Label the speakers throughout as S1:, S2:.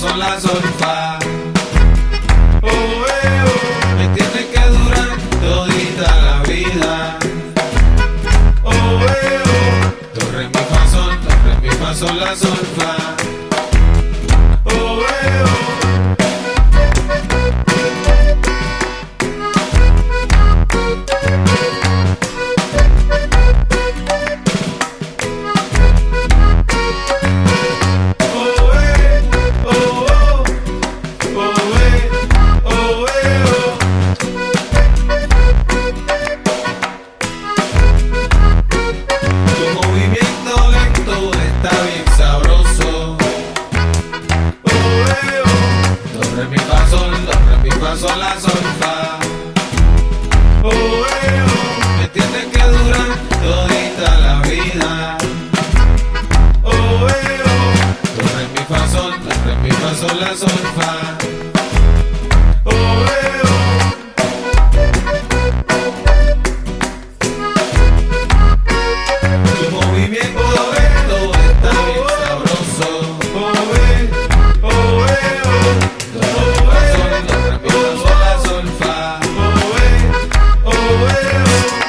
S1: con la solfa. Oh, eh, oh, me tiene que durar todita la vida. Oh, eh, oh, do, re, mi, fa, sol, do, re, mi, fa, sol, la solfa. Oh, eh, oh. Tu movimiento lento está bien sabroso. Oh, eh, oh. Do, re, mi, fa, sol, do, re, mi, fa, sol, la, sol, fa. Oh, eh, oh. Me tiene que durar todita la vida. Oh, eh, oh. Do, re, mi, fa, sol, do, re, mi, fa, sol, la, sol, fa. Oh, eh, oh. Tu movimiento lento está bien sabroso. Oh, eh, oh, eh, oh. Do, re, mi, fa, sol, do, re, mi, fa, sol, la, sol, fa. Oh, eh, oh, eh,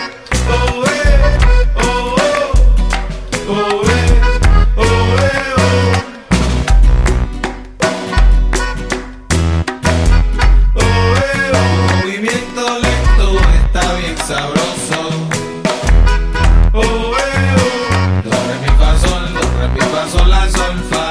S1: oh. Oh, eh, oh, oh. Oh, eh, oh, eh, oh. Oh, eh, oh. Tu movimiento lento está bien sabroso. Oh, eh, oh. Do, re, mi, fa, sol, do, re, mi, fa, sol, la, sol, fa.